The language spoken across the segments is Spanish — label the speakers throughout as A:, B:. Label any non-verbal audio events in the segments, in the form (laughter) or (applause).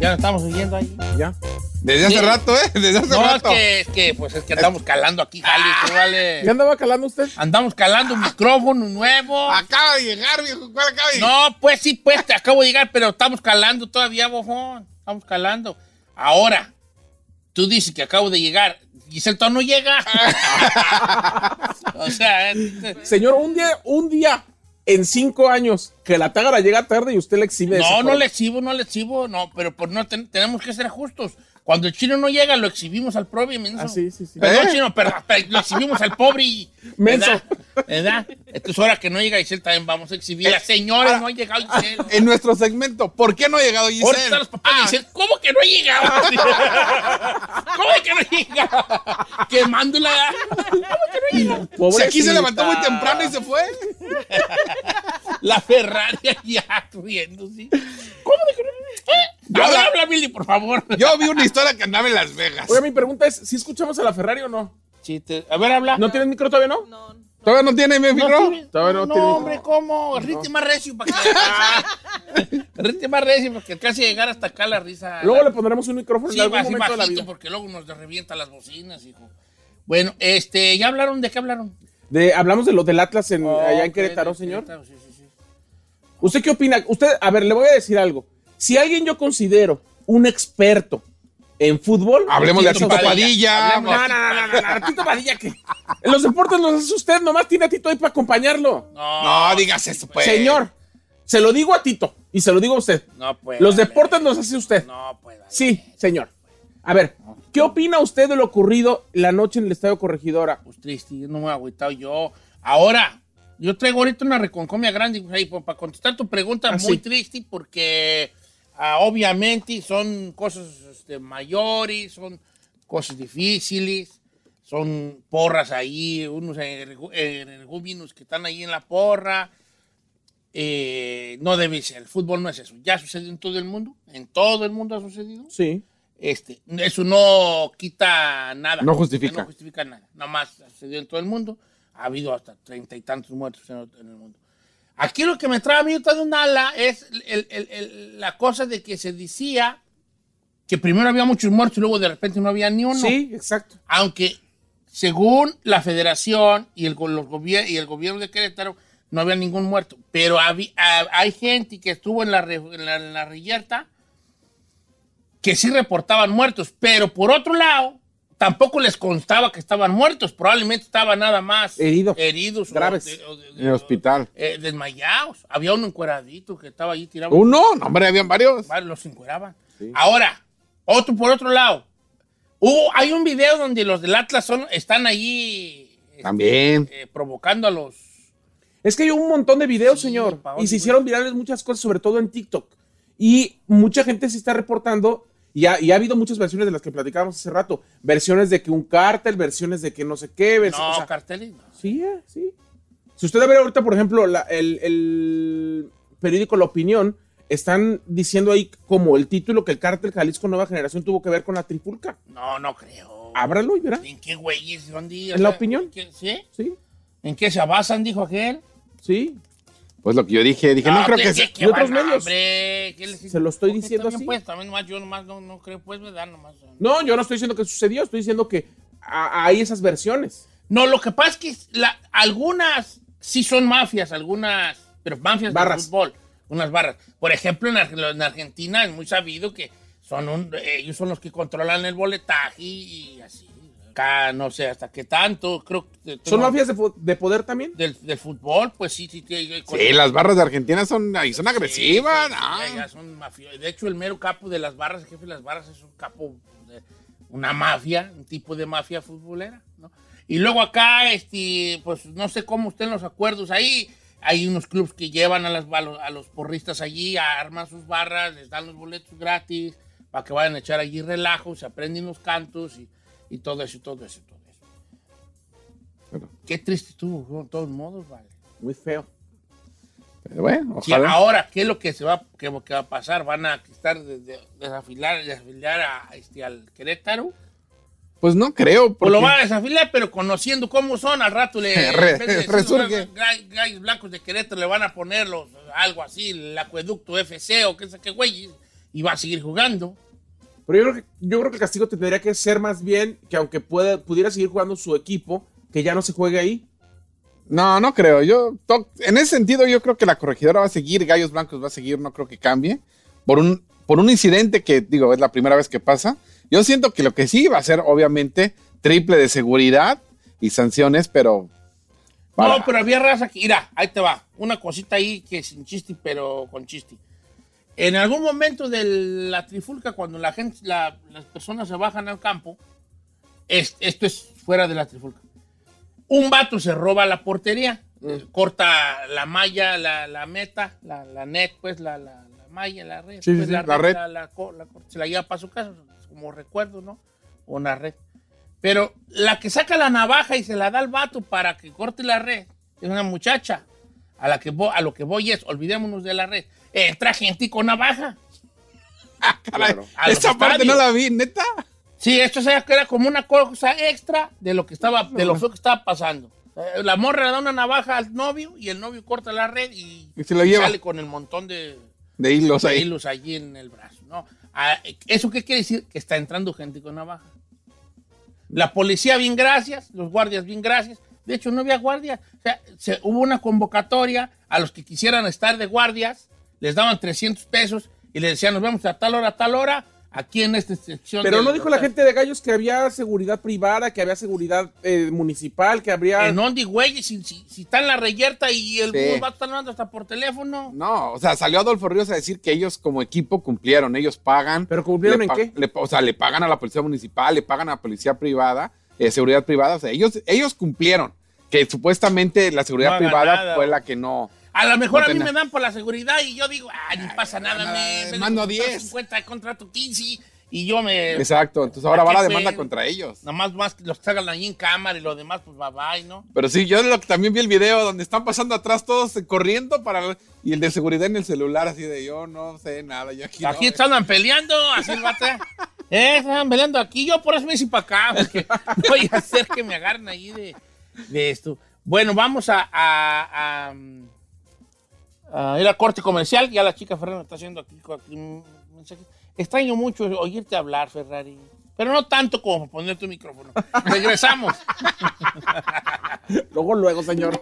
A: Ya lo estamos oyendo ahí.
B: Ya.
C: Desde hace
A: Sí.
C: rato, ¿eh? Desde hace
A: No, es
C: rato.
A: que, es que, pues es que andamos calando aquí, Jali, tú vale.
B: ¿Qué andaba calando usted?
A: Andamos calando un micrófono nuevo.
C: Acaba de llegar, viejo. ¿Cuál acaba de llegar?
A: No, pues sí, pues te acabo de llegar, pero estamos calando todavía, bofón. Estamos calando. Ahora, tú dices que acabo de llegar. Giselle, tú no llega. o sea, es-
B: Señor, un día, un día en cinco años que la tágara llega tarde y usted le exhibe
A: no,
B: eso.
A: no le exhibo, no le exhibo, no, pero pues no ten- tenemos que ser justos. Cuando el chino no llega, lo exhibimos al pobre menso.
B: Ah, sí, sí, sí.
A: Perdón,
C: ¿Eh?
A: chino, pero, pero lo exhibimos al pobre y-
B: Menso.
A: ¿Verdad? ¿Verdad? Entonces, ahora que no llega Giselle, también vamos a
B: Eh,
A: exhibirla.
B: ah,
A: Señores, no ha llegado Giselle.
C: En nuestro segmento, ¿por qué no ha llegado Giselle?
A: Ahorita los papás
C: Ah,
A: dicen, ¿cómo que no ha llegado?
B: Ah.
A: ¿Cómo que no llega? Quemándola.
C: si aquí
B: Pobrecita.
C: se levantó muy temprano y se fue.
A: La Ferrari ya riéndose. ¿Cómo de que no llega? Ahora habla, Billy, por favor.
C: Yo vi una historia que andaba en Las Vegas.
B: Oiga, mi pregunta es, ¿si escuchamos a la Ferrari o no?
A: Chiste. A ver, habla.
B: ¿No tienes micro todavía, no?
D: No,
C: ¿Todavía no tiene mi micro?
A: tiene-
B: Todavía no
A: no,
B: tiene-
A: hombre, ¿cómo? Rite más recio para (laughs) que.
B: (laughs)
A: Rite más recio porque casi llegar hasta acá la risa.
B: Luego le pondremos un micrófono
A: Sí,
B: en algún
A: así
B: momento de la
A: bajito
B: vida.
A: porque luego nos revienta las bocinas, hijo. Bueno, este, ¿ya hablaron? ¿De qué hablaron?
B: De- hablamos de lo del Atlas en, allá en
A: Ok,
B: Querétaro,
A: de
B: señor.
A: Querétaro, sí, sí, sí.
B: ¿Usted qué opina? Usted, a ver, le voy a decir algo. Si alguien yo considero un experto en fútbol,
C: Hablemos de
B: ¿quién es
C: Tito
B: usted?
C: Padilla.
A: Hablemos
B: No, no, no, no, no, no, Tito Padilla, que en los deportes los hace usted, nomás tiene a Tito ahí para acompañarlo.
C: No, digas eso, pues.
B: Señor, se lo digo a Tito y se lo digo a usted.
A: No puede.
B: Los deportes los hace usted.
A: Pues. No puede.
B: Sí, señor. A ver, ¿qué opina usted de lo ocurrido la noche en el Estadio Corregidora?
A: Pues triste, yo no me he agüitado yo. Ahora, yo traigo ahorita una reconcomia grande ahí, pues, para contestar tu pregunta,
B: Ah,
A: muy
B: sí.
A: triste, porque ah, obviamente son cosas este, mayores, son cosas difíciles, son porras ahí, unos energú- energúmenos que están ahí en la porra. Eh, no debe ser, el fútbol no es eso. Ya sucedió en todo el mundo, en todo el mundo ha sucedido.
B: Sí.
A: Este, eso no quita nada.
B: No justifica.
A: No justifica nada. Nada más sucedió en todo el mundo. Ha habido hasta treinta y tantos muertos en, en el mundo. Aquí lo que me trae a mí de un ala es el- el- el- la cosa de que se decía que primero había muchos muertos y luego de repente no había ni uno.
B: Sí, exacto.
A: Aunque según la federación y el, go- los gobier- y el gobierno de Querétaro no había ningún muerto. Pero habi- ha- hay gente que estuvo en la, re- en la, en la reyerta que sí reportaban muertos, pero por otro lado, tampoco les constaba que estaban muertos, probablemente estaban nada más
B: Herido.
A: heridos o
B: Graves.
A: de- o de-
C: En el hospital.
A: eh, desmayados. Había uno encueradito que estaba ahí tirado.
C: ¿Uno? No, hombre, habían varios.
A: Vale, los encueraban. Ahora, otro por otro lado. hubo- hay un video donde los del Atlas son, están allí este,
C: También.
A: eh, provocando a los.
B: Es que hay un montón de videos,
A: Sí,
B: señor.
A: pa' dónde,
B: Y se hicieron virales muchas cosas, sobre todo en TikTok. Y mucha gente se está reportando. Y ha, y ha habido muchas versiones de las que platicábamos hace rato. Versiones de que un cártel, versiones de que no sé qué. vers-
A: No,
B: o sea,
A: carteles. no.
B: sí, eh, sí. Si usted ve ahorita, por ejemplo, la- el, el periódico La Opinión, están diciendo ahí como el título que el cártel Jalisco Nueva Generación tuvo que ver con la tripulca.
A: No, no creo.
C: Ah.
B: Ábralo y verá.
A: ¿En qué güeyes? ¿Dónde?
B: ¿En la opinión?
A: ¿qué- ¿Sí?
B: Sí,
A: ¿En qué se basan? Dijo aquel.
B: sí.
C: Pues lo que yo dije, dije,
A: Ah,
C: no, creo que sea.
B: y otros medios. Se lo estoy diciendo
A: también,
B: así.
A: Pues, también nomás yo nomás no, no creo, pues, ¿verdad? Nomás, no.
B: No, yo no estoy diciendo que sucedió, estoy diciendo que a- hay esas versiones.
A: No, lo que pasa es que la- algunas sí son mafias, algunas, pero mafias
B: Barras.
A: de fútbol, unas barras. Por ejemplo, en, Arge- en Argentina es muy sabido que son un- ellos son los que controlan el boletaje y, y así. Acá no sé hasta qué tanto, creo que...
B: ¿Son
A: no,
B: mafias de, fo- de poder también?
A: Del, del fútbol, pues sí, sí. sí, sí, con-
C: Sí, las barras de Argentina son, ahí son agresivas.
A: Sí,
C: ah.
A: ya, ya son mafiosos. De hecho, el mero capo de las barras, el jefe de las barras, es un capo, de- un, una mafia, un tipo de mafia futbolera, ¿no? Y luego acá, este, pues no sé cómo estén los acuerdos ahí. Hay unos clubes que llevan a, las, a, los, a los porristas allí, a armar sus barras, les dan los boletos gratis para que vayan a echar allí relajo, se aprenden los cantos y, y todo eso, y todo eso, y todo eso.
C: Bueno.
A: Qué triste estuvo, de todos modos, vale.
B: Muy feo.
C: Pero bueno,
A: Sí,
C: ojalá.
A: ahora, ¿qué es lo que se va, qué es lo que va a pasar? ¿Van a estar de- de- desafilar, desafilar a, este, al Querétaro?
C: Pues no creo.
A: Pues
C: Porque...
A: lo van a desafilar, pero conociendo cómo son, al rato
C: (laughs)
A: le.
C: Re-
A: en vez de decir
C: resurge.
A: los gal- Gallos blancos de Querétaro le van a poner los- algo así, el acueducto FC o qué sé qué, güey, y va a seguir jugando.
B: Pero yo creo, que, yo creo que el castigo tendría que ser más bien que aunque pueda, pudiera seguir jugando su equipo, que ya no se juegue ahí.
C: No, no creo. Yo to- en ese sentido, yo creo que la corregidora va a seguir, Gallos Blancos va a seguir, no creo que cambie. Por un, por un incidente que, digo, es la primera vez que pasa. Yo siento que lo que sí va a ser, obviamente, triple de seguridad y sanciones, pero. para-
A: No, pero había raza que. Mira, ahí te va. Una cosita ahí que sin chiste, pero con chiste. En algún momento de la trifulca, cuando la gente, la- las personas se bajan al campo, es- esto es fuera de la trifulca. Un vato se roba la portería,
C: Mm.
A: eh, corta la malla, la, la meta, la, la net, pues la, la- la malla, la red.
C: Sí, sí,
A: pues,
C: sí, la red.
A: la- la co- la co- se la lleva para su casa, como recuerdo, ¿no? O una red. Pero la que saca la navaja y se la da al vato para que corte la red es una muchacha. A, la que vo- a lo que voy es, olvidémonos de la red. Entra gente con navaja.
C: Caray,
A: Claro. A los
C: Esa parte
A: estadios.
C: no la vi, neta.
A: Sí, esto se- que era como una cosa extra de lo que estaba, de lo feo que estaba pasando. Eh, La morra le da una navaja al novio y el novio corta la red y,
C: Y se lo lleva.
A: sale con el montón de,
C: De hilos
A: de
C: ahí.
A: hilos allí en el brazo. ¿no? Ah, ¿Eso qué quiere decir? Que está entrando gente con navaja. La policía, bien gracias, los guardias, bien gracias. De hecho, no había guardias. O sea, se- hubo una convocatoria a los que quisieran estar de guardias, les daban 300 pesos y les decían, nos vemos a tal hora, a tal hora, aquí en esta sección.
B: Pero
A: del-
B: no dijo la
A: del-
B: gente de Gallos que había seguridad privada, que había seguridad eh, municipal, que habría...
A: En Ondi, güey, si, si, si está en la reyerta y el
C: Sí.
A: burro va a estar hablando hasta por teléfono.
C: No, o sea, salió Adolfo Ríos a decir que ellos como equipo cumplieron, ellos pagan.
B: ¿Pero cumplieron
C: Le
B: en
C: pa-
B: qué?
C: le pa- o sea, le pagan a la policía municipal, le pagan a la policía privada, eh, seguridad privada, o sea, ellos, ellos cumplieron. Que supuestamente la seguridad
A: No haga
C: privada
A: nada.
C: fue la que no.
A: A lo mejor
C: No
A: a mí
C: tenía.
A: me dan por la seguridad y yo digo, ah, ni pasa nada,
C: nada,
A: me, me
C: mando
A: contrato
C: 10.
A: 50, contrato 15 y yo me...
C: Exacto, entonces ahora
A: ¿Para
C: va la
A: qué
C: demanda
A: fue?
C: contra ellos.
A: Nada más, más que los que hagan ahí en cámara y lo demás, pues bye bye, ¿no?
C: Pero sí, yo lo que también vi el video donde están pasando atrás todos corriendo para y el de seguridad en el celular así de yo no sé nada, yo aquí,
A: aquí
C: no,
A: estaban peleando, así el vato, Eh, estaban peleando aquí, yo por eso me hice para acá, porque no voy a hacer que me agarren ahí de, de esto. Bueno, vamos a, a, a- a ir a corte comercial. Ya la chica Ferrari me está haciendo aquí, co- aquí un mensaje. Extraño mucho oírte hablar, Ferrari. Pero no tanto como poner tu micrófono. Regresamos.
B: Luego, luego, señor.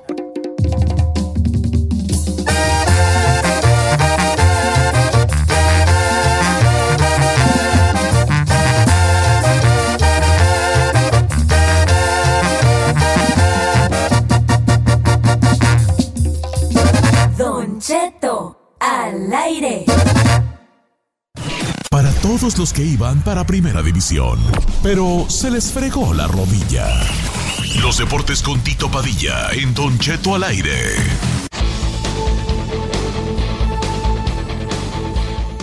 D: Don Cheto, al aire.
E: para todos los que iban para Primera División. Pero se les fregó la rodilla. Los deportes con Tito Padilla en Don Cheto al aire.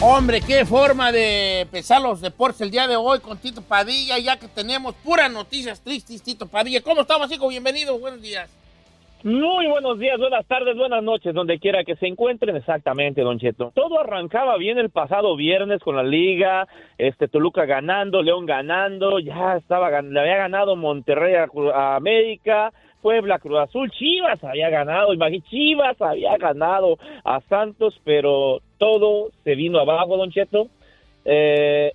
A: Hombre, qué forma de empezar los deportes el día de hoy con Tito Padilla, ya que tenemos puras noticias tristes, Tito Padilla. ¿Cómo estamos, chico? Bienvenido, buenos días.
F: Muy buenos días, buenas tardes, buenas noches, donde quiera que se encuentren exactamente, Don Cheto. Todo arrancaba bien el pasado viernes con la liga, este Toluca ganando, León ganando, ya estaba gan- le había ganado Monterrey a, Cru- a América, Puebla, Cruz Azul, Chivas había ganado, imagínate, Chivas había ganado a Santos, pero todo se vino abajo, Don Cheto. Eh,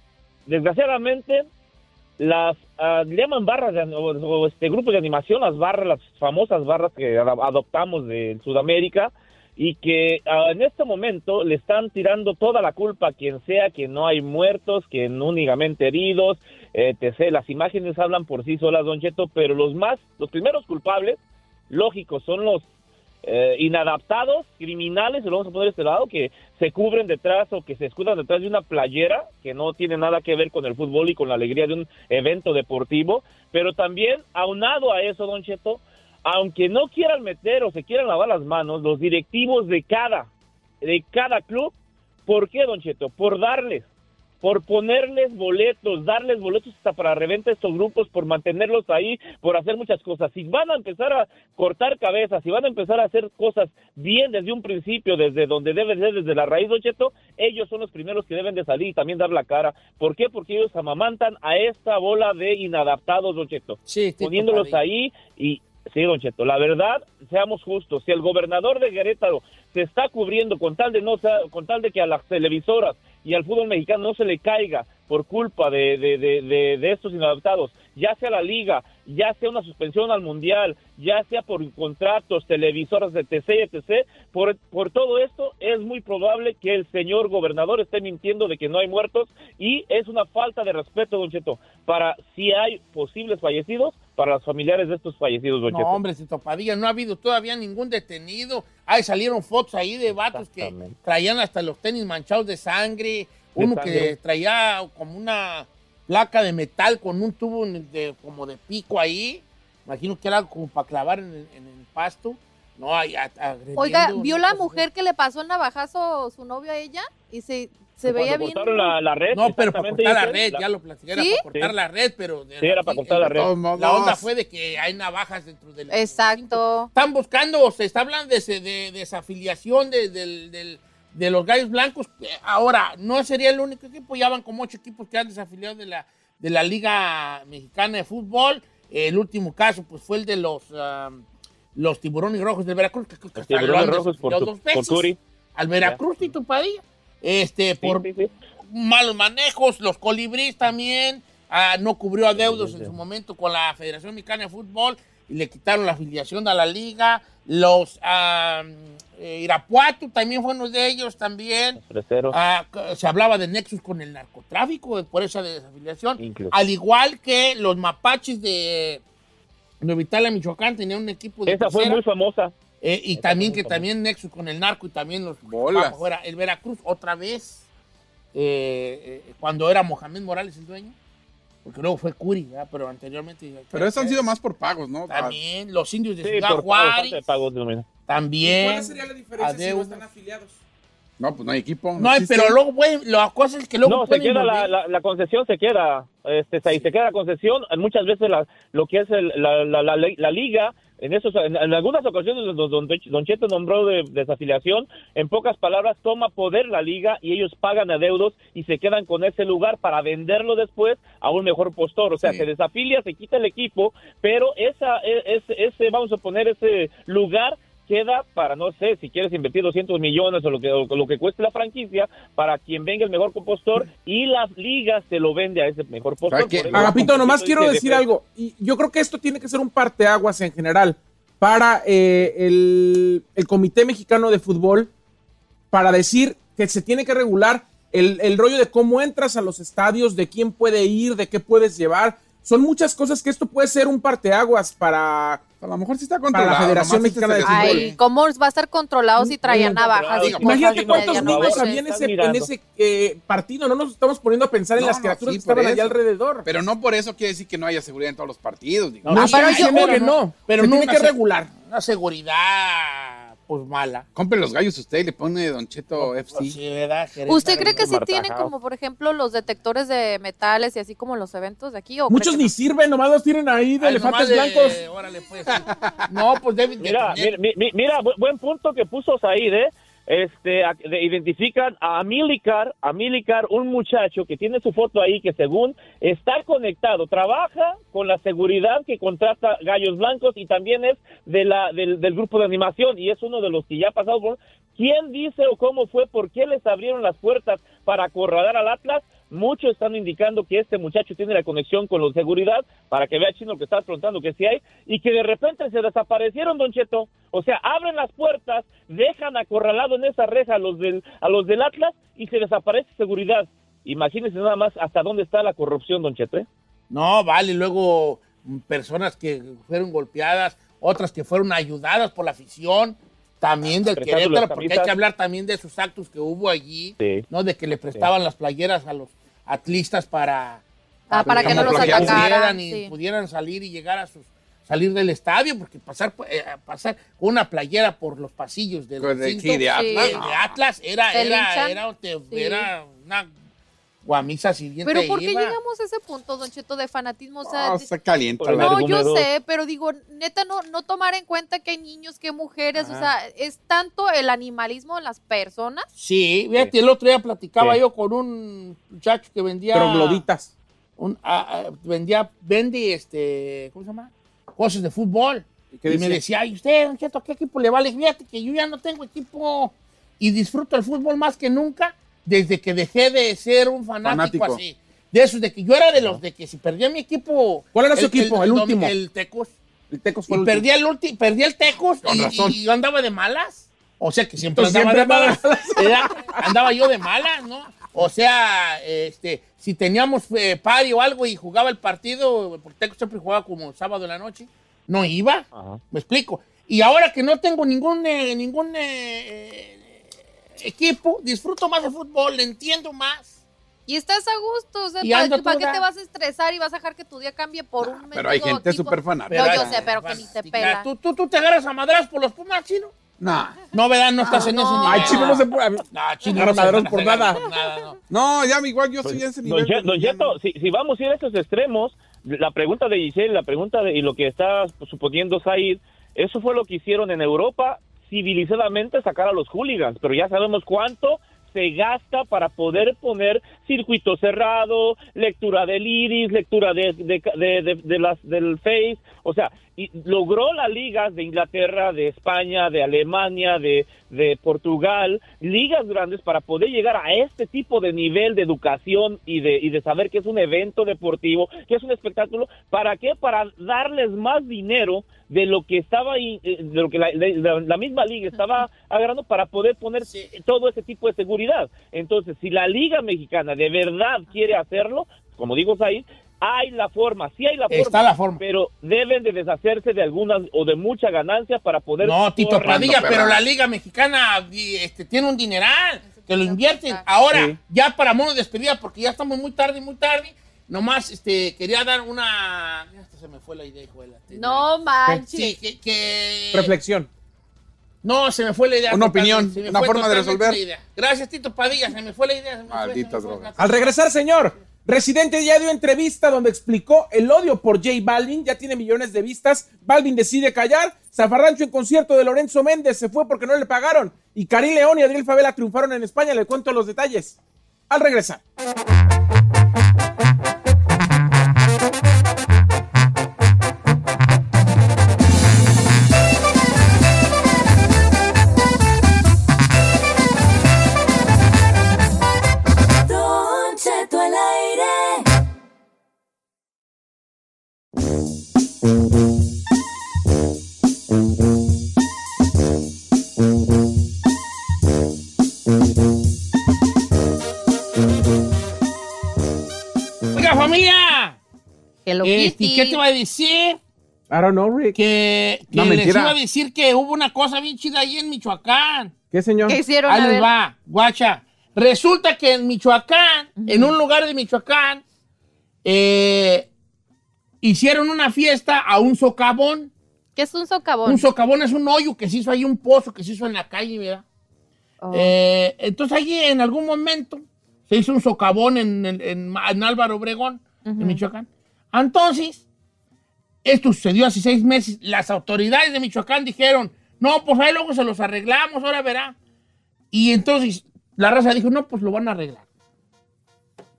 F: desgraciadamente, las ah, le llaman barras de an- o, o, este grupo de animación las barras las famosas barras que ad- adoptamos de Sudamérica y que ah, en este momento le están tirando toda la culpa a quien sea que no hay muertos que no únicamente heridos etc las imágenes hablan por sí solas don cheto pero los más los primeros culpables lógicos son los eh, inadaptados, criminales, lo vamos a poner de este lado, que se cubren detrás o que se escudan detrás de una playera que no tiene nada que ver con el fútbol y con la alegría de un evento deportivo, pero también aunado a eso, don Cheto, aunque no quieran meter o se quieran lavar las manos, los directivos de cada, de cada club, ¿por qué, don Cheto? Por darles por ponerles boletos, darles boletos hasta para reventa a estos grupos, por mantenerlos ahí, por hacer muchas cosas. Si van a empezar a cortar cabezas, si van a empezar a hacer cosas bien desde un principio, desde donde debe ser, desde la raíz, Don Cheto, ellos son los primeros que deben de salir y también dar la cara. ¿Por qué? Porque ellos amamantan a esta bola de inadaptados, Don Cheto.
A: Sí, estoy
F: poniéndolos
A: totalmente.
F: ahí y... Sí, don Cheto, la verdad, seamos justos, si el gobernador de Querétaro se está cubriendo con tal de no sa- con tal de que a las televisoras y al fútbol mexicano no se le caiga por culpa de, de, de, de- de estos inadaptados, ya sea la liga, ya sea una suspensión al mundial, ya sea por contratos, televisoras, etc., etc., por, por todo esto es muy probable que el señor gobernador esté mintiendo de que no hay muertos y es una falta de respeto, don Cheto, para si hay posibles fallecidos, para los familiares de estos fallecidos, don
A: No,
F: Cheto.
A: hombre, se topadilla, no ha habido todavía ningún detenido. Ahí salieron fotos ahí de vatos que
F: Exactamente.
A: traían hasta los tenis manchados de sangre. Uno que
F: sangre.
A: traía como una placa de metal con un tubo en el de- como de pico ahí. Imagino que era como para clavar en, el- en el pasto. No, hay
G: Oiga, ¿vio
A: pues,
G: la mujer que le pasó el navajazo su novio a ella? Y se, se
F: Cuando
G: veía bien.
F: cortaron la, la red.
A: No, pero para
F: exactamente,
A: cortar la
F: dicen,
A: red,
F: la-
A: ya lo platiqué, era
G: ¿Sí?
A: para cortar
F: Sí.
A: la red, pero... de-
F: Sí, era para cortar la red.
C: todos modos.
A: La onda fue de que hay navajas dentro de la...
G: Exacto.
A: Están buscando, o se está hablando de, se- de desafiliación de, del- del- de los gallos blancos. Eh, Ahora, no sería el único equipo, ya van como ocho equipos que han desafiliado de la, de la Liga Mexicana de Fútbol. El último caso, pues, fue el de los, ah, los tiburones rojos del Veracruz. que- que- que
F: Los tiburones
A: lo han
F: rojos por,
A: desafiliado
F: tu-
A: dos
F: por
A: veces.
F: Curi.
A: Al Veracruz, Tito Padilla. Este,
F: Sí,
A: por
F: sí, sí.
A: malos manejos, los colibríes también, ah, no cubrió adeudos
F: Sí, sí.
A: en su momento con la Federación Mexicana de Fútbol y le quitaron la afiliación a la liga, los ah, eh, Irapuato también fue uno de ellos también,
F: Tercero.
A: Ah, c- se hablaba de nexus con el narcotráfico eh, por esa desafiliación,
F: Incluso.
A: al igual que los mapaches de Nueva Italia, Michoacán, tenían un equipo de
F: Esa fue
A: tercera.
F: muy famosa.
A: Eh, y
F: Esa
A: también
F: fue
A: que
F: muy famosa.
A: también Nexus con el narco y también los
C: Bolas.
A: vamos, fuera. el Veracruz otra vez eh, eh, cuando era Mohamed Morales el dueño porque luego fue Curi ¿verdad? pero anteriormente
C: Pero eso han sido más por pagos, ¿no?
A: también los indios de
F: Sí,
A: Ciudad
F: por pago, falta de
A: Pues, Juárez
F: pagos, no, mira.
A: también
B: ¿Cuál sería la diferencia
A: adeudos.
B: si no están afiliados?
C: No, pues no hay equipo.
A: no hay,
C: existe.
A: pero luego pueden, la cosa es que luego
F: No, se
A: pueden
F: queda la,
A: volver.
F: la, la concesión, se queda. Este, ahí se queda la concesión. Muchas veces la, lo que es el- la, la, la, la liga, en, esos, en, en algunas ocasiones don, don, don Cheto nombró de desafiliación, en pocas palabras, toma poder la liga y ellos pagan adeudos y se quedan con ese lugar para venderlo después a un mejor postor. O sea,
C: Sí.
F: se desafilia, se quita el equipo, pero esa, e- ese, ese, vamos a poner ese lugar queda para, no sé, si quieres invertir 200 millones o lo que, o lo que cueste la franquicia, para quien venga el mejor compostor y las ligas se lo vende a ese mejor postor.
C: ¿Sabes qué?
F: Por eso-
B: Agapito, nomás
F: Entonces,
B: quiero
F: dice,
B: decir
F: de-
B: algo. Y yo creo que esto tiene que ser un parteaguas en general para eh, el, el Comité Mexicano de Fútbol para decir que se tiene que regular el, el rollo de cómo entras a los estadios, de quién puede ir, de qué puedes llevar. Son muchas cosas que esto puede ser un parteaguas para...
C: A lo mejor sí está
B: la
C: controlado.
B: Federación
C: nomás
B: Mexicana de
C: existe el
B: Fútbol.
G: Ay, ¿cómo va a estar controlado si traían navajas?
F: Diga,
G: Cosas
B: Imagínate
G: así,
B: cuántos
G: media,
F: no
B: niños
F: sé.
B: había en
F: Estás
B: ese, en
F: mirando.
B: ese eh, partido. No nos estamos poniendo a pensar en
C: No,
B: las
C: no,
B: criaturas
C: sí,
B: que estaban
C: por
B: allá
C: eso.
B: alrededor.
C: Pero no por eso quiere decir que no haya seguridad en todos los partidos. digo.
A: No,
B: No,
A: Ah,
B: estoy
A: pero yo-
B: diciendo que
A: no,
B: no,
A: pero
B: pero no
A: no
B: tiene
A: una
B: que
A: se-
B: regular.
A: una seguridad pues mala
C: Compre los gallos usted y le pone Don Cheto
A: Pues,
C: FC.
A: sí, ¿verdad? Querétaro.
G: ¿Usted cree que sí
F: Marta
G: tienen
F: House.
G: como, por ejemplo, los detectores de metales y así como los eventos de aquí? ¿o cree
B: Muchos
G: que no?
B: ni sirven, nomás los tienen ahí de
A: Ay, nomás
B: elefantes
A: de-
B: blancos.
A: órale, pues, sí. no pues deben de
F: Mira,
A: tener-
F: mira, mi- mira, bu- buen punto que puso Said, ¿eh? Este, a- de- identifican a Amílcar, Amílcar, un muchacho que tiene su foto ahí, que según está conectado, trabaja con la seguridad que contrata Gallos Blancos y también es de la, del, del grupo de animación y es uno de los que ya ha pasado por... ¿Quién dice o cómo fue? ¿Por qué les abrieron las puertas para acorralar al Atlas? Muchos están indicando que este muchacho tiene la conexión con los seguridad para que vea chino lo que está afrontando, que sí hay, y que de repente se desaparecieron, Don Cheto. O sea, abren las puertas, dejan acorralado en esa reja a los del, a los del Atlas y se desaparece seguridad. Imagínense nada más hasta dónde está la corrupción, Don Cheto. ¿eh?
A: No, vale, luego mm, personas que fueron golpeadas, otras que fueron ayudadas por la afición. También del
F: Prestando
A: Querétaro,
F: las
A: porque hay
F: camisas.
A: que hablar también de esos actos que hubo allí,
F: Sí.
A: ¿no? De que le prestaban las playeras a los atlistas para,
G: Ah, para que
C: no los
A: pudieran
G: atacaran,
A: y
G: sí.
A: pudieran salir y llegar a sus salir del estadio, porque pasar eh, pasar con una playera por los pasillos del
C: Con el
A: recinto,
C: kit Pues de
G: Atlas.
A: eh, de Atlas era,
G: Te
A: era,
G: linchan.
A: era, te-
G: Sí.
A: era una guamisa siguiente.
G: Pero ¿por qué
A: iba.
G: llegamos a ese punto, Don Cheto, de fanatismo? O sea,
C: Ah, está caliente.
F: Por el
C: la
G: no,
C: verga.
G: yo
F: Argumento.
G: sé, pero digo, neta, no, no tomar en cuenta que hay niños, que hay mujeres, o sea, es tanto el animalismo de las personas.
A: Sí, fíjate, el otro día platicaba
F: Sí.
A: yo con un muchacho que vendía...
B: Pero globitas.
A: un- a- a- vendía, vende, este, ¿cómo se llama? Cosas de fútbol.
B: qué
A: y
B: decía?
A: me decía, ay, usted, don Cheto, ¿a qué equipo le vale? Fíjate que yo ya no tengo equipo y disfruto el fútbol más que nunca desde que dejé de ser un fanático,
C: Fanático.
A: así. De esos, de que yo era de los de que si perdía mi equipo.
B: ¿Cuál era su equipo? El
A: domi-
B: último.
A: El Tecos.
B: El Tecos fue
A: Y
B: el último.
A: perdí el, ulti- perdí el Tecos
C: Con
A: y,
C: razón.
A: y yo andaba de malas. O sea que siempre
B: Pues
A: andaba
B: siempre
A: de malas.
B: andaba
A: Era- andaba yo de malas, ¿no? O sea, este, si teníamos eh, party o algo y jugaba el partido, porque Tecos siempre jugaba como sábado en la noche, no iba.
F: Ajá.
A: Me explico. Y ahora que no tengo ningún, eh, ningún eh, equipo, disfruto más del fútbol, le entiendo más.
G: Y estás a gusto, o sea,
A: Y
G: ¿para,
A: ando
G: para qué
A: toda-
G: te vas a estresar y vas a dejar que tu día cambie por un
C: Ah, Pero hay
G: mendigo
C: gente
G: equipo?
C: súper fanática.
G: No, yo
A: hay-
G: sé, pero que ni
A: Ya,
G: te pela.
A: ¿Tú, tú, tú te agarras a madras por los Pumas, chino.
C: Nah.
A: No, ¿verdad? No
G: Ah,
A: estás en ese nivel.
B: Ay, chino, no se puede. a mí-
A: No, chino,
B: Agarra
A: no se
B: madrazos
A: gana,
B: por
A: se gana
B: nada.
A: por nada, no.
C: No, ya igual yo soy ese
F: Don,
C: nivel.
F: Che- Don Cheto, si, si vamos a ir a esos extremos, la pregunta de Giselle, la pregunta de, y lo que está suponiendo Said, eso fue lo que hicieron en Europa, civilizadamente sacar a los hooligans, pero ya sabemos cuánto se gasta para poder poner circuito cerrado, lectura del iris, lectura de, de- de- de- de las, del face, o sea, y logró las ligas de Inglaterra, de España, de Alemania, de, de Portugal, ligas grandes para poder llegar a este tipo de nivel de educación y de, y de saber que es un evento deportivo, que es un espectáculo, ¿para qué? Para darles más dinero de lo que estaba ahí, eh, de lo que la, la- la- la misma liga estaba agarrando para poder poner todo ese tipo de seguridad. Entonces, si la liga mexicana de verdad quiere hacerlo, como digo, Said, hay la forma, sí hay la forma.
A: Está la forma.
F: Pero deben de deshacerse de algunas o de mucha ganancia para poder...
A: No, Tito
F: correr.
A: Padilla,
C: perra.
A: pero la Liga Mexicana di- este, tiene un dineral que lo invierten.
G: Sí.
A: Ahora, ya para mono de despedida, porque ya estamos muy tarde, muy tarde. Nomás este, quería dar una. Ya hasta se me fue la idea, hijo de la tela.
G: No manches.
A: Sí, que. que-
B: Reflexión.
A: No, se me fue la idea.
C: Una
A: totalmente,
C: opinión,
A: se me
C: una
A: fue
C: forma de
A: totalmente
C: resolver.
A: la idea. Gracias, Tito Padilla, se me fue la idea. se me fue, se me
C: Maldita
A: fue.
C: droga.
B: Al regresar, señor, Residente ya dio entrevista donde explicó el odio por J Balvin, ya tiene millones de vistas, Balvin decide callar, Zafarrancho en concierto de Lorenzo Méndez se fue porque no le pagaron y Cari León y Adriel Favela triunfaron en España, le cuento los detalles. Al regresar.
D: Don Cheto al aire.
A: Oiga, familia.
G: Hello
A: este,
G: Kitty.
A: ¿Qué te iba a decir?
B: I don't know, Rick.
A: Que, que
C: No,
A: les
C: mentira.
A: iba a decir que hubo una cosa bien chida ahí en Michoacán.
B: ¿Qué, señor?
G: ¿Qué hicieron?
A: Ahí
G: A
A: les
G: ver.
A: va, guacha. Resulta que en Michoacán, en un lugar de Michoacán, eh, hicieron una fiesta a un socavón.
G: ¿Qué es un socavón?
A: Un socavón es un hoyo que se hizo ahí, un pozo que se hizo en la calle, ¿verdad?
G: Oh.
A: Eh, entonces allí en algún momento se hizo un socavón en, en- en- en Álvaro Obregón, en Michoacán. Entonces, esto sucedió hace seis meses. Las autoridades de Michoacán dijeron, no, pues ahí luego se los arreglamos, ahora verá. Y entonces la raza dijo, no, pues lo van a arreglar.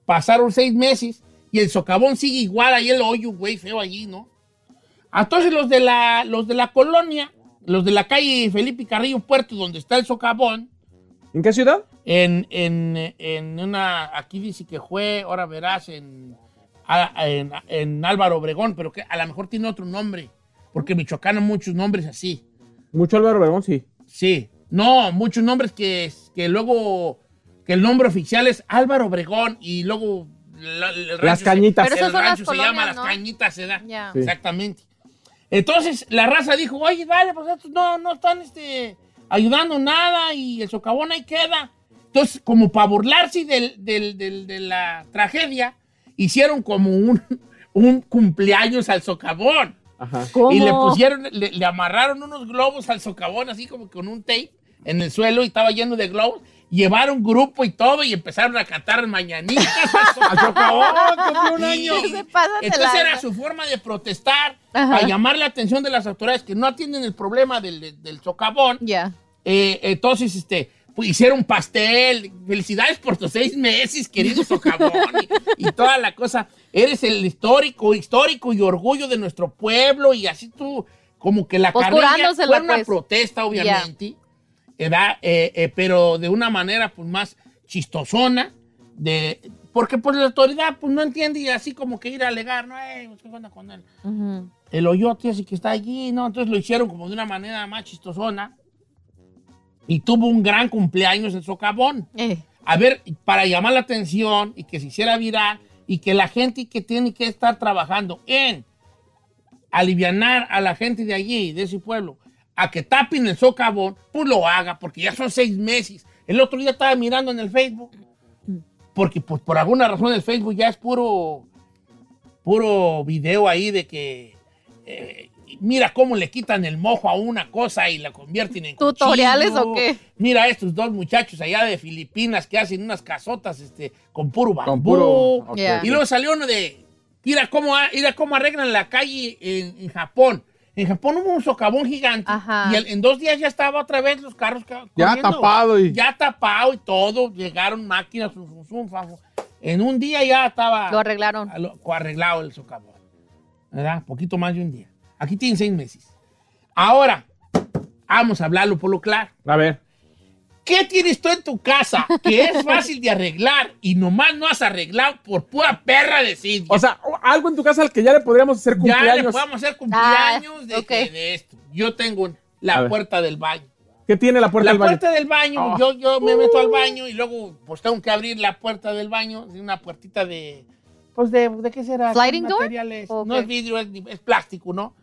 A: Pasaron seis meses y el socavón sigue igual, ahí el hoyo, güey, feo allí, ¿no? Entonces los de la, los de la colonia, los de la calle Felipe Carrillo Puerto, donde está el socavón,
B: ¿En qué ciudad?
A: en, en, en una, aquí dice que fue, ahora verás, en, a- en, en Álvaro Obregón, pero que a lo mejor tiene otro nombre, porque en Michoacán hay muchos nombres así,
B: Mucho Álvaro Obregón, sí.
A: sí. No, muchos nombres que, que luego, que el nombre oficial es Álvaro Obregón y luego... la- el rancho se-
B: cañitas. Pero
G: esas
A: el
G: son las
A: rancho se llama
G: colonias,
A: Las
G: ¿no?
A: Cañitas, ¿eh? se da.
G: Ya.
B: Sí.
A: Exactamente. Entonces, la raza dijo, oye, vale, pues estos no, no están, este, ayudando nada y el socavón ahí queda. Entonces, como para burlarse del, del- del- de la tragedia, hicieron como un, (laughs) un cumpleaños al socavón.
H: ¿Cómo?
A: Y le pusieron, le, le amarraron unos globos al socavón, así como con un tape en el suelo y estaba lleno de globos. Llevaron grupo y todo y empezaron a cantar mañanitas
B: (laughs)
A: al
B: Al socavón,
A: socavón.
B: cumplió un año.
A: Y-
G: Se pasan de
A: Entonces
G: lanza.
A: era su forma de protestar,
G: Ajá.
A: a llamar la atención de las autoridades que no atienden el problema del, del socavón.
G: Ya.
A: Eh, entonces, este, pues, hicieron pastel. Felicidades por tus seis meses, querido socavón. y, y toda la cosa. Eres el histórico, histórico y orgullo de nuestro pueblo. Y así tú, como que la
G: Pues,
A: carrilla fue
G: curándosela,
A: una
G: pues.
A: protesta, obviamente. ¿verdad? Eh, eh, pero de una manera, pues, más chistosona. De, porque, pues, la autoridad, pues, no entiende. Y así como que ir a alegar, no, eh, pues, ¿qué onda con él?
G: Ujú.
A: el hoyote así que está allí, ¿no? Entonces lo hicieron como de una manera más chistosona. Y tuvo un gran cumpleaños en socavón.
G: Eh,
A: A ver, para llamar la atención y que se hiciera viral y que la gente que tiene que estar trabajando en alivianar a la gente de allí, de ese pueblo, a que tapen el socavón, pues lo haga, porque ya son seis meses. El otro día estaba mirando en el Facebook, porque pues, por alguna razón el Facebook ya es puro, puro video ahí de que eh, mira cómo le quitan el mojo a una cosa y la convierten en
G: ¿Tutoriales
A: cuchillo.
G: o qué?
A: Mira a estos dos muchachos allá de Filipinas que hacen unas casotas este, con puro bambú.
C: Con puro. ok.
G: Ya.
A: Y luego salió uno de, mira cómo, a- mira cómo arreglan la calle en, en Japón. En Japón hubo un socavón gigante
G: Ajá.
A: y el- en dos días ya estaba otra vez los carros ca-
C: Ya
A: corriendo.
C: tapado y-
A: Ya tapado y todo, llegaron máquinas, zum, zum, zum, fa, fa. en un día ya estaba
G: lo arreglaron.
A: a lo- arreglado el socavón. ¿Verdad? Poquito más de un día. Aquí tienen seis meses. Ahora, vamos a hablarlo por lo claro.
B: A ver.
A: ¿Qué tienes tú en tu casa que
B: (laughs)
A: es fácil de arreglar y nomás no has arreglado por pura perra decir?
B: O sea, o- algo en tu casa al que ya le podríamos hacer
A: ya le
B: cumpleaños. Ah,
A: podemos hacer cumpleaños de,
G: ok.
A: de esto. Yo tengo
B: A
A: la
B: ver.
A: puerta del baño.
B: ¿Qué tiene la puerta
A: la
B: del baño?
A: puerta del baño,
B: Oh.
A: yo, yo me meto al baño y luego pues tengo que abrir la puerta del baño, es una puertita de... Pues de, ¿de qué será? ¿Qué
G: ¿Sliding door?
A: material es?
G: ¿O
A: No
G: qué?
A: es vidrio, es, es plástico, ¿no?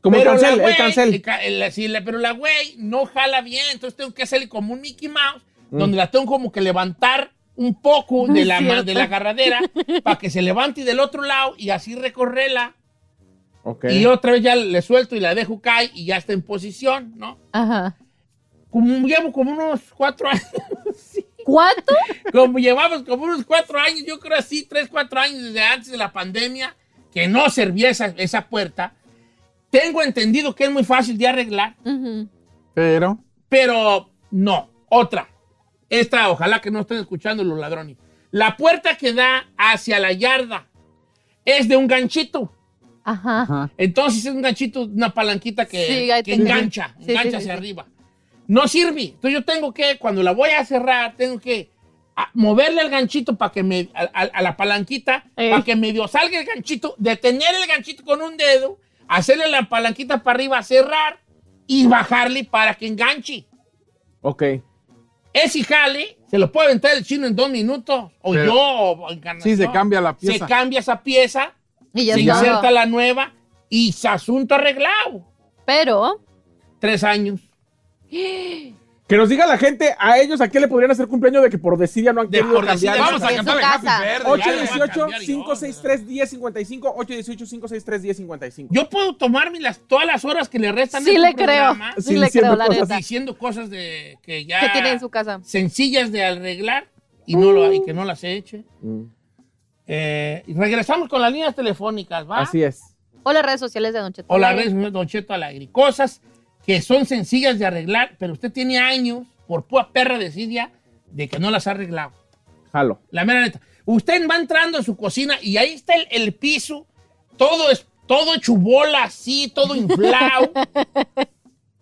B: Como el
A: Pero la
B: cancel, el
A: güey-
B: cancel.
A: ca- el- así, la- pero la güey no jala bien, entonces tengo que hacerle como un Mickey Mouse,
B: Mm.
A: donde la tengo como que levantar un poco de la, ma- de la agarradera para que se levante del otro lado y así recorrerla.
B: Ok.
A: Y otra vez ya le suelto y la dejo caer y ya está en posición, ¿no?
G: Ajá.
A: Como llevo como unos cuatro años, (laughs)
G: ¿Cuánto?
A: como llevamos como unos cuatro años, yo creo así, tres, cuatro años desde antes de la pandemia, que no servía esa, esa puerta. Tengo entendido que es muy fácil de arreglar,
G: Ujú.
C: Pero.
A: Pero no, otra. Esta, ojalá que no estén escuchando los ladrones. La puerta que da hacia la yarda es de un ganchito.
G: Ajá.
A: Entonces es un ganchito, una palanquita que,
G: Sí, ahí
A: que
G: tengo.
A: engancha,
G: Sí, sí,
A: engancha
G: sí,
A: hacia
G: sí.
A: arriba. No sirve. Entonces yo tengo que, cuando la voy a cerrar, tengo que ah, moverle el ganchito para que me, a, a- a la palanquita,
G: Ey.
A: para que medio salga el ganchito, detener el ganchito con un dedo, hacerle la palanquita para arriba, cerrar y bajarle para que enganche.
B: Ok.
A: Ese jale se lo puede aventar el chino en dos minutos. O
C: Pero-
A: yo, o Encarnación.
C: Sí, se cambia la
A: Se
C: pieza.
A: cambia esa pieza,
G: Y ya
A: se
G: estaba.
A: inserta la nueva y se asunto arreglado.
G: Pero,
A: Tres años.
B: Que nos diga la gente, a ellos, ¿a qué le podrían hacer cumpleaños de que por decidia no han
A: De
B: querido
A: por decir,
B: cambiar?
A: vamos
G: a En su cantarle Happy casa. Birthday,
B: 818-563-1055, 818-563-1055.
A: Yo puedo tomarme las, todas las horas que le restan
G: sí
A: a
G: le
A: este
G: creo.
A: programa
G: Sí
B: sin
G: le creo,
B: siendo
G: la
B: cosas
G: neta.
A: diciendo cosas de, que ya
G: Que tiene en su casa.
A: sencillas de arreglar y, no lo, y que no las he hecho.
B: Mm,
A: Eh, y regresamos con las líneas telefónicas,
C: Ah.
A: ¿va?
B: Así es.
G: O las redes sociales de Don Cheto.
A: o la red Don Cheto al aire. Cosas que son sencillas de arreglar, pero usted tiene años, por pura perra desidia, de que no las ha arreglado.
B: Jalo.
A: La mera neta. Usted va entrando a su cocina y ahí está el, el piso, todo es todo hecho bola, así, (laughs) todo inflado.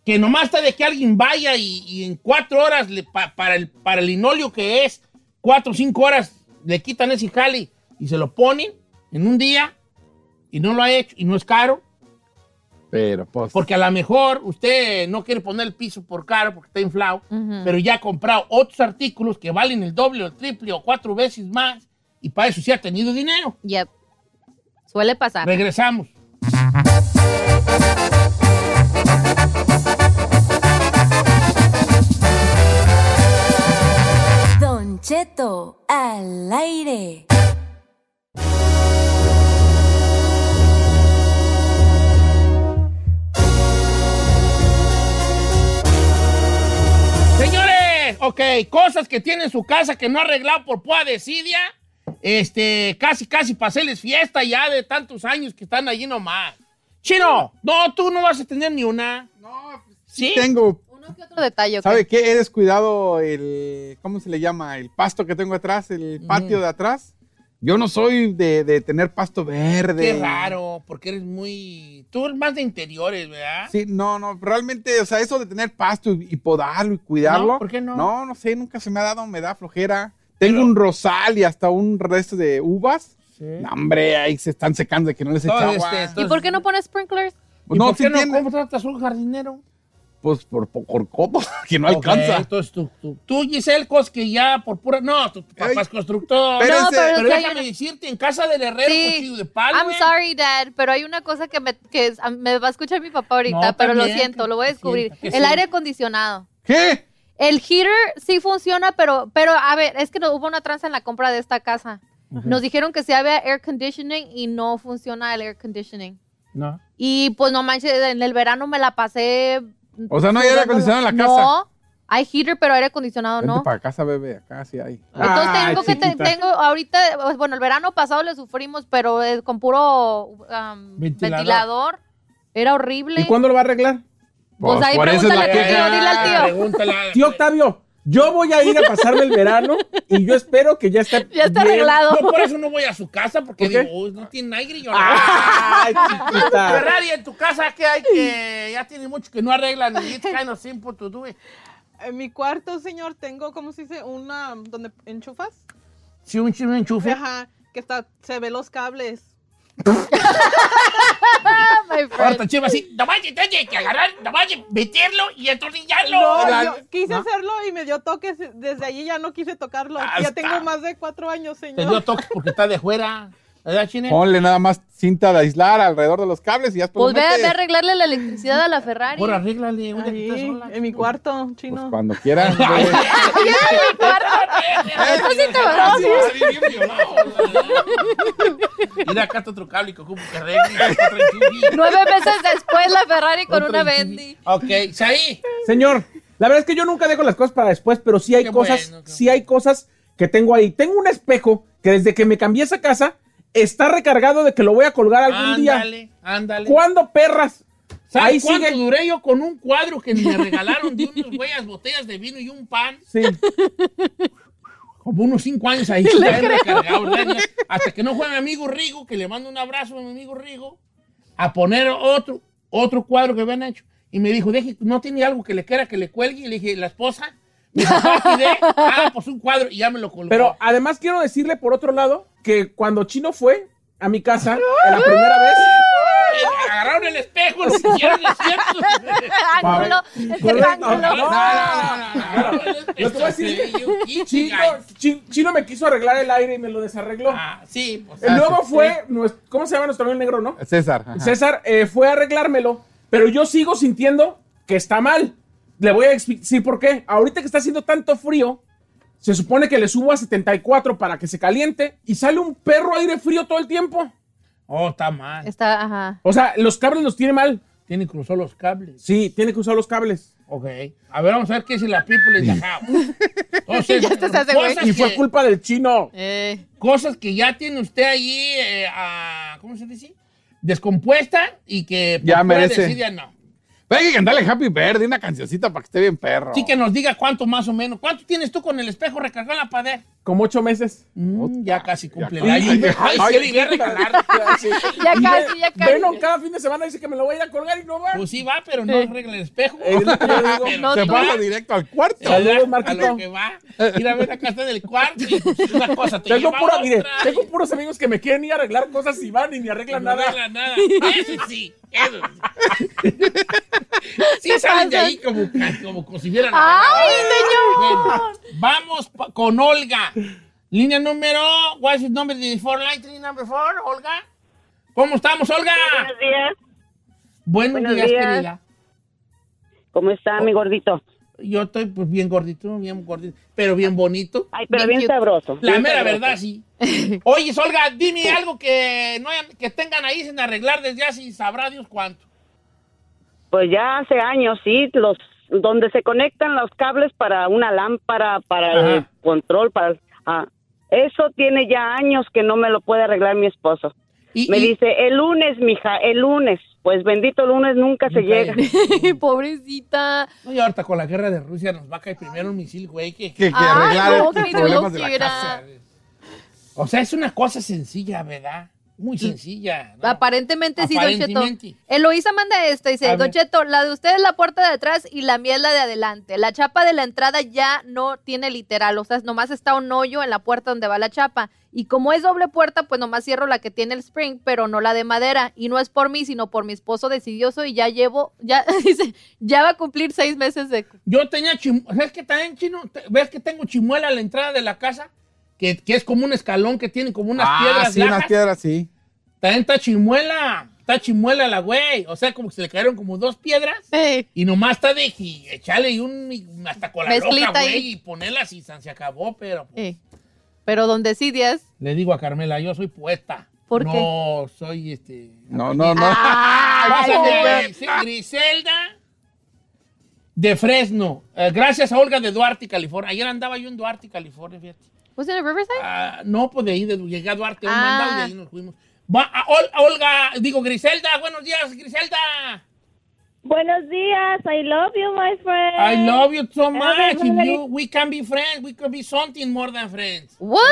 A: que nomás está de que alguien vaya y, y en cuatro horas, le pa- para, el, para el linoleo que es, cuatro o cinco horas, le quitan ese jale y se lo ponen en un día y no lo ha hecho y no es caro.
C: Pero, pues.
A: Porque a lo mejor usted no quiere poner el piso por caro porque está inflado,
G: Ujú.
A: pero ya ha comprado otros artículos que valen el doble o el triple o cuatro veces más y para eso sí ha tenido dinero.
G: Yep. Suele pasar.
A: Regresamos. Ok, cosas que tiene en su casa que no ha arreglado por pura desidia. Este, casi, casi paseles fiesta ya de tantos años que están allí nomás. Chino, no, tú no vas a tener ni una.
C: No, pues,
A: ¿Sí?
C: tengo.
G: Uno que otro detalle. ¿ok?
C: ¿Sabe qué? He descuidado el. ¿Cómo se le llama? El pasto que tengo atrás, el patio de atrás. Yo no soy de, de tener pasto verde.
A: Qué raro, porque eres muy... Tú eres más de interiores, ¿verdad?
C: Sí, no, no, realmente, o sea, eso de tener pasto y, y podarlo y cuidarlo.
A: No, ¿por qué no?
C: No, no sé, nunca se me ha dado, me da flojera. Tengo un rosal y hasta un resto de uvas. No, hombre, ahí se están secando de que no les echa
A: Todo
C: agua.
A: este, todo-
G: ¿Y por qué no pones sprinklers?
C: Pues
A: ¿Y
C: no,
A: por qué
C: sí
A: no
C: tiene-
A: contratas un jardinero?
C: Pues por, por, por (laughs) copo, que no
A: Ok,
C: alcanza.
A: entonces tú, tú, tú, Giselle, cos que ya por pura... No, tu tu papá
C: Ay.
A: es constructor.
C: Pero- Espérense,
G: no, pero,
A: Pero
G: es que hay
A: déjame
G: una-
A: decirte, en casa del herrero, cuchillo de palo,
G: I'm
A: güey.
G: sorry, Dad, pero hay una cosa que me, que es- me va a escuchar mi papá ahorita,
A: No,
G: pero lo
A: también,
G: siento,
A: que-
G: lo voy a
A: que
G: descubrir.
A: sienta, que
G: El
A: sienta.
G: aire acondicionado.
C: ¿Qué?
G: El heater sí funciona, pero, pero a ver, es que no, hubo una tranza en la compra de esta casa. Nos dijeron que sí había air conditioning y no funciona el air conditioning.
A: No.
G: Y pues no manches, en el verano me la pasé.
C: O sea, no hay aire
G: sudando-
C: acondicionado en la
G: No, hay heater, pero aire acondicionado
C: Vente
G: no.
C: para casa, bebé, acá sí hay.
G: Entonces
B: Ay,
G: tengo que te-
B: Ah, chiquita.
G: tengo ahorita, pues, bueno, el verano pasado le sufrimos, pero eh, con puro um,
A: Ventilador.
G: ventilador. Era horrible.
B: ¿Y cuándo lo va a arreglar?
G: Pues ahí
C: por eso es
G: pregúntale
C: la
G: a tu
C: queja.
G: tío, dile al tío.
A: Pregúntala.
B: Tío Octavio, yo voy a ir a pasarme el verano y yo espero que ya esté.
G: Ya está
B: bien.
G: arreglado.
A: Yo por eso no voy a su casa, porque
B: ¿Por qué?
A: digo, "Uy, no tiene aire y yo...
B: Ay, chiquita.
A: Ferrari, en tu casa que hay que ya tiene mucho que no arreglan
G: (laughs)
A: y it's kind of simple to do it.
H: En mi cuarto, señor, tengo, ¿cómo se dice? Una donde enchufas.
A: Si un chino enchufe.
H: Ajá, que está, se ve los cables.
G: Ah, my friend.
A: Ahora tan chiva así, nomás que tiene que agarrar, nomás que meterlo y entornillarlo.
H: No,
A: La-
H: yo quise hacerlo y me dio toques. Desde allí ya no quise tocarlo.
A: Ah,
H: ya
A: está.
H: tengo más de cuatro años,
A: Te dio
H: señor.
A: toques porque está de fuera. ¿Verdad, Chine?
C: Ponle nada más cinta de aislar alrededor de los cables y ya después
G: Pues
C: lo
G: ve, a- ve a
C: metes.
G: arreglarle la electricidad a la Ferrari.
A: Por arréglale una que
H: Ahí,
A: está sola. (laughs)
H: en mi cuarto,
C: Pues
H: chino.
C: cuando quieras. bebé.
G: Ah,
B: (laughs)
G: Esto sí te va a
A: Así va a salir bien violado, ¿verdad? Mira, acá está otro cable que ocupo que arregle. otro enchufe.
G: Nueve meses después la Ferrari con
A: Otro
G: una
A: enchufe.
G: Bendy.
A: Ok, Saí.
B: Señor, la verdad es que yo nunca dejo las cosas para después, pero sí hay
A: Qué
B: cosas,
A: bueno, qué
B: sí hay cosas que tengo ahí. Tengo un espejo que desde que me cambié esa casa está recargado de que lo voy a colgar algún día.
A: Ándale, ándale.
B: ¿Cuándo perras? Ahí
A: ¿Sabes cuánto
B: sigue.
A: duré yo con un cuadro que me regalaron de unas huellas, botellas de vino y un pan?
B: Sí.
A: Como unos cinco años
G: (laughs)
A: ahí. ya recargado, ¿verdad? Hasta que no fue mi amigo Rigo, que le mando un abrazo a mi amigo Rigo, a poner otro, otro cuadro que habían hecho. Y me dijo, deje, ¿no tiene algo que le quiera que le cuelgue? Y le dije, ¿la esposa? Me dijo, "No, idea". ah, pues un cuadro. Y ya me lo colocó.
B: Pero ah. además quiero decirle por otro lado que cuando Chino fue a mi casa la primera vez,
A: Eh, agarraron el espejo, lo pusieron en el cierto.
G: (laughs) Ángulo, es que es
B: Correcto.
G: ángulo.
B: No,
A: no,
B: Yo te voy a decir- Chino, Chi- Chino me quiso arreglar el aire y me lo desarregló.
A: (laughs) Ah, sí, pues.
B: Eh, Luego
C: sí.
B: fue, nues- ¿cómo se llama nuestro amigo negro, no?
C: César. ajá.
B: César eh, fue a arreglármelo, pero yo sigo sintiendo que está mal. Le voy a expli- decir por qué. Ahorita que está haciendo tanto frío, se supone que le subo a 74 para que se caliente y sale un perro aire frío todo el tiempo.
A: Oh, está mal.
G: Está, ajá.
B: O sea, los cables los tiene mal.
A: Tiene cruzó los cables.
B: Sí, tiene que usar los cables.
A: Ok. A ver, vamos a ver qué dice la people
B: (laughs)
A: in the house. Entonces,
G: (laughs) Ya está, se hace
A: cosas,
G: güey.
B: Y fue
A: que,
B: culpa del chino.
G: Eh,
A: cosas que ya tiene usted allí, eh, ah, ¿cómo se dice? Descompuesta y que pues, por
C: Ya
A: pura
C: merece.
A: desidia no.
C: Pero hay que cantarle Happy Birthday, una cancioncita para que esté bien perro.
A: Así que nos diga cuánto más o menos. ¿Cuánto tienes tú con el espejo recargado en la pared?
B: Como ocho meses.
A: Mm, ya casi cumple el
C: casi.
A: año. Ay,
C: Ay,
A: se le iba a
B: (laughs)
A: regalar.
G: Ya
B: Y
G: casi, ya casi.
B: Venom cada fin de semana dice que me lo voy a ir a colgar y no va.
A: Pues sí va, pero no arregla el espejo.
B: Es lo que
A: (laughs)
B: yo digo.
A: Pero
G: No,
C: Se
A: sí
G: tú-
C: pasa
A: va.
C: directo al cuarto.
B: Saludos,
A: ¿Verdad?
B: Marquito.
A: A lo que va. Mira, ven acá está en el cuarto. y, pues, una cosa te
B: Tengo,
A: lleva a
B: pura-
A: otra.
B: mire, tengo puros amigos que me quieren ir a arreglar cosas y van y ni arreglan
A: No
B: nada.
A: arregla nada. Eso sí, eso sí. Sí salen de ahí como, ca- como cosivieran.
G: ¡Ay, (laughs) señor!
A: vamos pa- con Olga. Línea número, what's your number? The four line, three number four, Olga. ¿Cómo estamos, Olga?
I: Buenos días.
A: Buenos,
I: buenos
A: días,
I: días.
A: querida.
I: ¿Cómo está
A: Oh.
I: mi gordito?
A: Yo estoy pues bien gordito, bien gordito, pero bien bonito.
I: Ay, pero
G: Bien
I: bien,
G: cute.
I: sabroso.
A: La
I: bien
A: mera
I: sabroso.
A: verdad, sí. Oye, Olga, dime algo que, no hayan- que tengan ahí sin arreglar desde hace sabrá Dios cuánto.
I: Pues ya hace años, sí, los donde se conectan los cables para una lámpara, para el
A: Ajá.
I: control, para... ah, eso tiene ya años que no me lo puede arreglar mi esposo. me dice, el lunes, mija, el lunes. Pues bendito lunes nunca se llega. (laughs)
G: Pobrecita.
A: No, y ahorita con la guerra de Rusia nos va a caer primero un misil, güey, que,
C: que Ay, arreglar no, estos
G: qué problemas de la grosera. casa.
A: O sea, es una cosa sencilla, ¿verdad? Muy sencilla. ¿no?
G: Aparentemente sí, Don Cheto.
A: Aparentemente.
G: Eloísa manda esto, dice,
A: A ver.
G: Don Cheto, la de usted es la puerta de atrás y la mía es la de adelante. La chapa de la entrada ya no tiene literal, o sea, nomás está un hoyo en la puerta donde va la chapa. Y como es doble puerta, pues nomás cierro la que tiene el spring, pero no la de madera. Y no es por mí, sino por mi esposo decidioso y ya llevo, ya, (laughs) dice, ya va a cumplir seis meses de...
A: Yo tenía chimuela, ¿sabes que también chino? Te- ¿Ves que tengo chimuela a la entrada de la casa? Que, que es como un escalón que tiene como unas
C: ah,
A: piedras
C: sí,
A: largas.
C: unas piedras, sí.
A: También está chimuela. Está chimuela la güey. O sea, como que se le cayeron como dos piedras.
G: Eh,
A: Y nomás está de que echarle un hasta con la
G: Mezclita
A: loca,
G: ahí.
A: güey, y ponerla si se acabó, pero pues,
G: Eh, Pero donde sí, diez.
A: le digo a Carmela, yo soy puesta.
G: ¿Por
A: no
G: qué?
A: soy este.
C: No, no, no.
G: Ah,
A: Pásame, Griselda de Fresno. Eh, gracias a Olga de Duarte, California. Ayer andaba yo en Duarte, California, fíjate.
G: ¿Was it a Riverside?
A: Ah, no, pues de ahí, de, llegué a Duarte, un
G: Ah.
A: mandado y de ahí nos fuimos. Va, a Ol- a Olga, digo Griselda, buenos días, Griselda.
J: Buenos días, I love you, my friend.
A: I love you so much. If
J: Everybody-
A: you- we can be friends, we can be something more than friends.
G: What?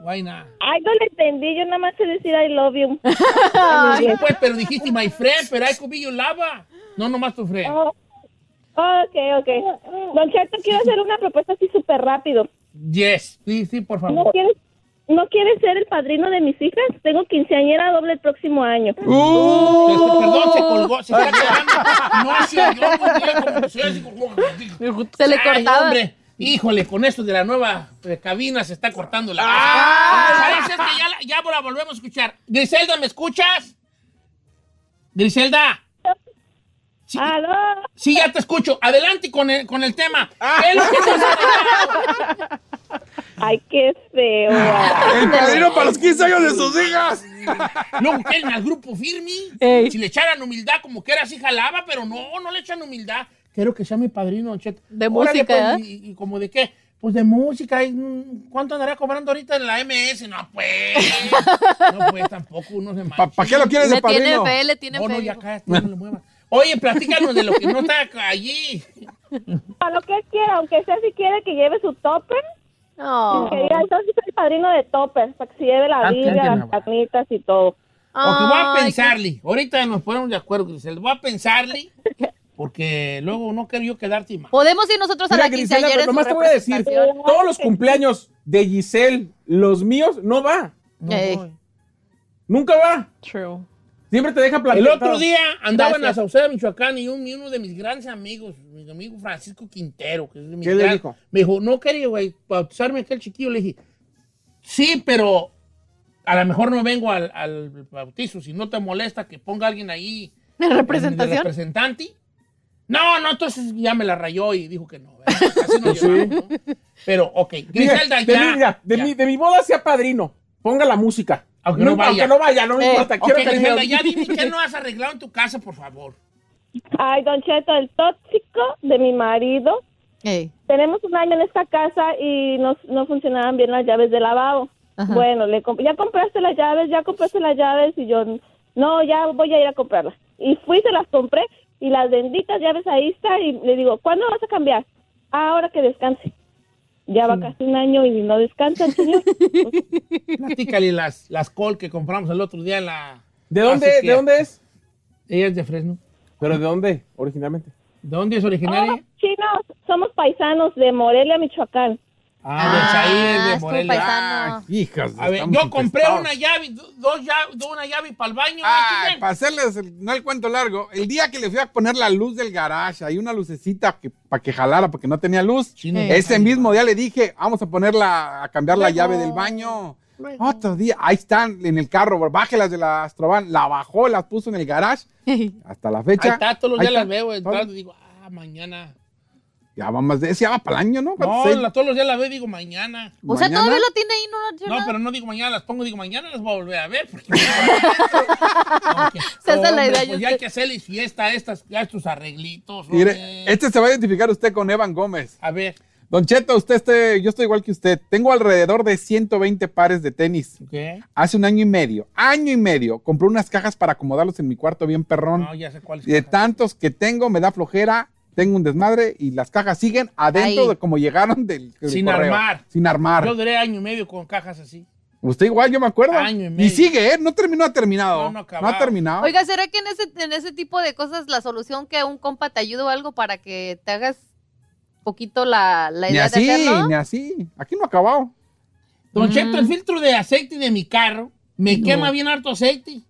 A: Why not?
J: Ay, no le entendí, yo nada más sé decir I love you. (laughs)
A: Sí, pues, pero dijiste my friend, pero I could be your lover. No, nomás tu friend.
J: Oh, Ah, ok, ok. Don Cheto, quiero hacer una propuesta así súper rápido.
A: Yes, sí, sí, por
J: ¿No
A: favor.
J: quieres, ¿No quieres ser el padrino de mis hijas? Tengo quinceañera doble el próximo año.
A: Este, Perdón, se colgó, se está colgando. No hacía yo, no tenía como que sea, digo, como-
G: Se le
A: Ay,
G: cortaba.
A: hombre. Híjole, con esto de la nueva eh, cabina se está cortando la cosa. Parece que ya, la- ya la volvemos a escuchar. Griselda, ¿me escuchas? Griselda. Sí, sí, ya te escucho. Adelante con el, con el tema.
G: Ah.
A: ¿Qué es lo que nos
J: Ay, qué feo.
C: El padrino para los 15 años de sus hijas.
A: Luego que en el grupo firme, si le echaran humildad, como que era así jalaba, pero no, no le echan humildad. Quiero que sea mi padrino, Don Cheto.
G: De
A: Órale,
G: música, ¿eh?
A: pues, y, y como de qué? Pues de música. y, mm, ¿Cuánto andará cobrando ahorita en la MS? No, pues. No, pues tampoco uno se mancha.
C: ¿Para qué lo quieres de
G: Le tiene
C: padrino?
G: fe, le tiene
A: No,
G: fe.
A: no, ya
G: dijo.
A: cállate, no lo muevas. Oye, platícanos de lo que no está allí.
J: A lo que él quiera, aunque sea si quiere que lleve su topper.
G: No.
J: Que diga, entonces soy el padrino de topper, para que se lleve la
A: Ah, cállate,
J: Biblia, las
A: Navarra.
J: carnitas y todo.
A: O que voy a
G: Ay,
A: pensarle. Ahorita nos ponemos de acuerdo, Grisel. Voy a pensarle, porque luego no quiero yo quedarte mal.
G: Podemos ir nosotros a
B: Mira,
G: la
B: Griselda, pero
G: quinceañera en su
B: nomás te voy a decir,
G: representación.
B: todos los cumpleaños de Giselle, los míos, no va.
A: No
G: Ey.
A: voy.
B: Nunca va.
H: True.
B: Siempre te deja
A: El
B: plantado.
A: otro día andaba en la
G: Gracias.
A: Sauceda, Michoacán, y un- y uno de mis grandes amigos, mi amigo Francisco Quintero, que es de mi
B: ¿Qué le
A: gran-
B: dijo?
A: Me dijo, no quería, güey, bautizarme aquel chiquillo. Le dije, sí, pero a lo mejor no vengo al, al bautizo. Si no te molesta que ponga alguien ahí
G: ¿En
A: de
G: representación?
A: representante. No, no, entonces ya me la rayó y dijo que no.
B: (laughs)
A: ¿verdad? Así nos llevamos, ¿no? Pero, ok, Griselda,
B: Pues de,
A: ya.
B: mi, mira, de,
A: ya.
B: mi, de mi boda sea padrino. Ponga la música.
A: Aunque no vaya.
B: Aunque no vaya, no me
G: Eh,
B: importa.
A: Ok,
B: Quiero que
A: Griselda,
B: diga-
A: ya dime qué no has arreglado en tu casa, por favor.
J: Ay, Don Cheto, el tóxico de mi marido
G: Ey.
J: tenemos un año en esta casa y no, no funcionaban bien las llaves de lavabo.
G: Ajá.
J: Bueno, le comp- ya compraste las llaves, ya compraste las llaves y yo, no, ya voy a ir a comprarlas. Y fui, se las compré y las benditas llaves ahí están y le digo, ¿cuándo vas a cambiar? Ahora que descanse. Ya va casi un año y no descansa el señor.
A: Platícale las, las col que compramos el otro día en la.
B: ¿De dónde,
A: Así que-
B: ¿De dónde es?
A: Ella es de Fresno.
B: ¿Pero de dónde originalmente?
A: ¿De dónde es
J: Oh,
A: originaria?
J: chinos, somos paisanos de Morelia, Michoacán.
A: Ah, de Saí,
G: Ah,
A: de
G: es tu
A: Morelia.
G: paisano.
C: Hijas.
A: A ver, yo compré una llave, do- dos llaves, una llave para el baño.
B: Ah,
C: Ay,
A: ¿eh,
C: Ah, para hacerles el- no el cuento largo, el día que le fui a poner la luz del garage, hay una lucecita que, para que jalara porque no tenía luz.
A: Chino?
G: Eh.
C: Ese mismo día le dije, vamos a ponerla, a cambiar la llave del baño. Otro día, ahí están en el carro, bro, bájelas de la Astrovan, la bajó, las puso en el garage. Hasta la
A: Ahí
C: fecha.
A: está, todos los
C: Ahí
A: días las
C: está.
A: veo entrando y digo, ah, mañana.
C: Ya va más de ese, ya va para el año,
B: Pues
C: ¿no?
A: No,
C: ¿Cuántos hay?
A: la- todos los días la veo y digo mañana.
G: O sea,
C: ¿Mañana?
G: todavía lo tiene ahí, no lo lleva?
A: No, pero no digo mañana, las pongo, digo mañana las voy a volver a ver. Porque
G: (laughs) Se hace la
A: Hombre,
G: idea, yo
A: Pues ya hay
G: sé.
A: que hacerles fiesta a, estas, a estos arreglitos.
C: Mire,
A: hombre.
C: este se va a identificar usted con Evan Gómez.
A: A ver.
C: Don Cheto, usted esté, yo estoy igual que usted. Tengo alrededor de 120 pares de tenis.
A: ¿Qué?
C: Hace un año y medio, año y medio, compré unas cajas para acomodarlos en mi cuarto bien perrón.
A: No, ya sé cuál es.
C: Y de tantos que tengo, me da flojera, tengo un desmadre y las cajas siguen adentro
A: Ahí.
C: de como llegaron del, del
A: Sin
C: correo.
A: armar.
C: Sin armar.
A: Yo duré año y medio con cajas así.
C: Usted igual, yo me acuerdo.
A: Año y
C: y,
A: medio.
C: sigue, ¿eh? No terminó, ha terminado.
A: No,
C: No,
A: no ha acabado.
C: ha terminado.
G: Oiga, ¿será que en ese, en ese tipo de cosas la solución que un compa te ayude o algo para que te hagas poquito la, la
C: ni
G: idea
C: así,
G: de hacerlo?
C: ni así. Aquí no ha acabado.
A: Don Cheto, el filtro de aceite de mi carro me quema bien harto aceite.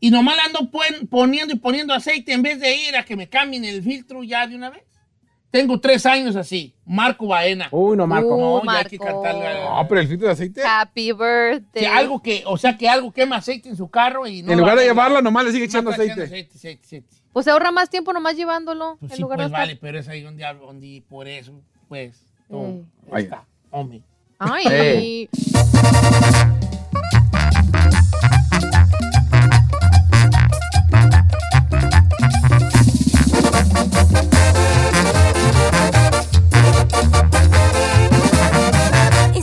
A: Y nomás le ando pon- poniendo y poniendo aceite en vez de ir a que me cambien el filtro ya de una vez. Tengo tres años así. Marco Baena.
B: Uy, no, Marco.
A: No,
G: Uh,
A: ya hay que
G: Marco.
A: cantarle. a-
C: Oh, No, pero el filtro de aceite.
G: Happy birthday.
A: que algo que, o sea, que algo quema aceite en su carro y no.
C: en
A: lo
C: lugar de
A: arregla.
C: llevarla, nomás le sigue echando
A: Está
C: aceite.
A: echando aceite, aceite, aceite.
G: Pues ahorra más tiempo nomás llevándolo
A: Pues
G: en
A: sí,
G: lugar
A: pues
G: de estar-
A: vale, pero es ahí donde, hablo, donde por eso, pues, no,
G: Mm.
A: ahí está, hombre.
G: Ay,
D: (laughs) Y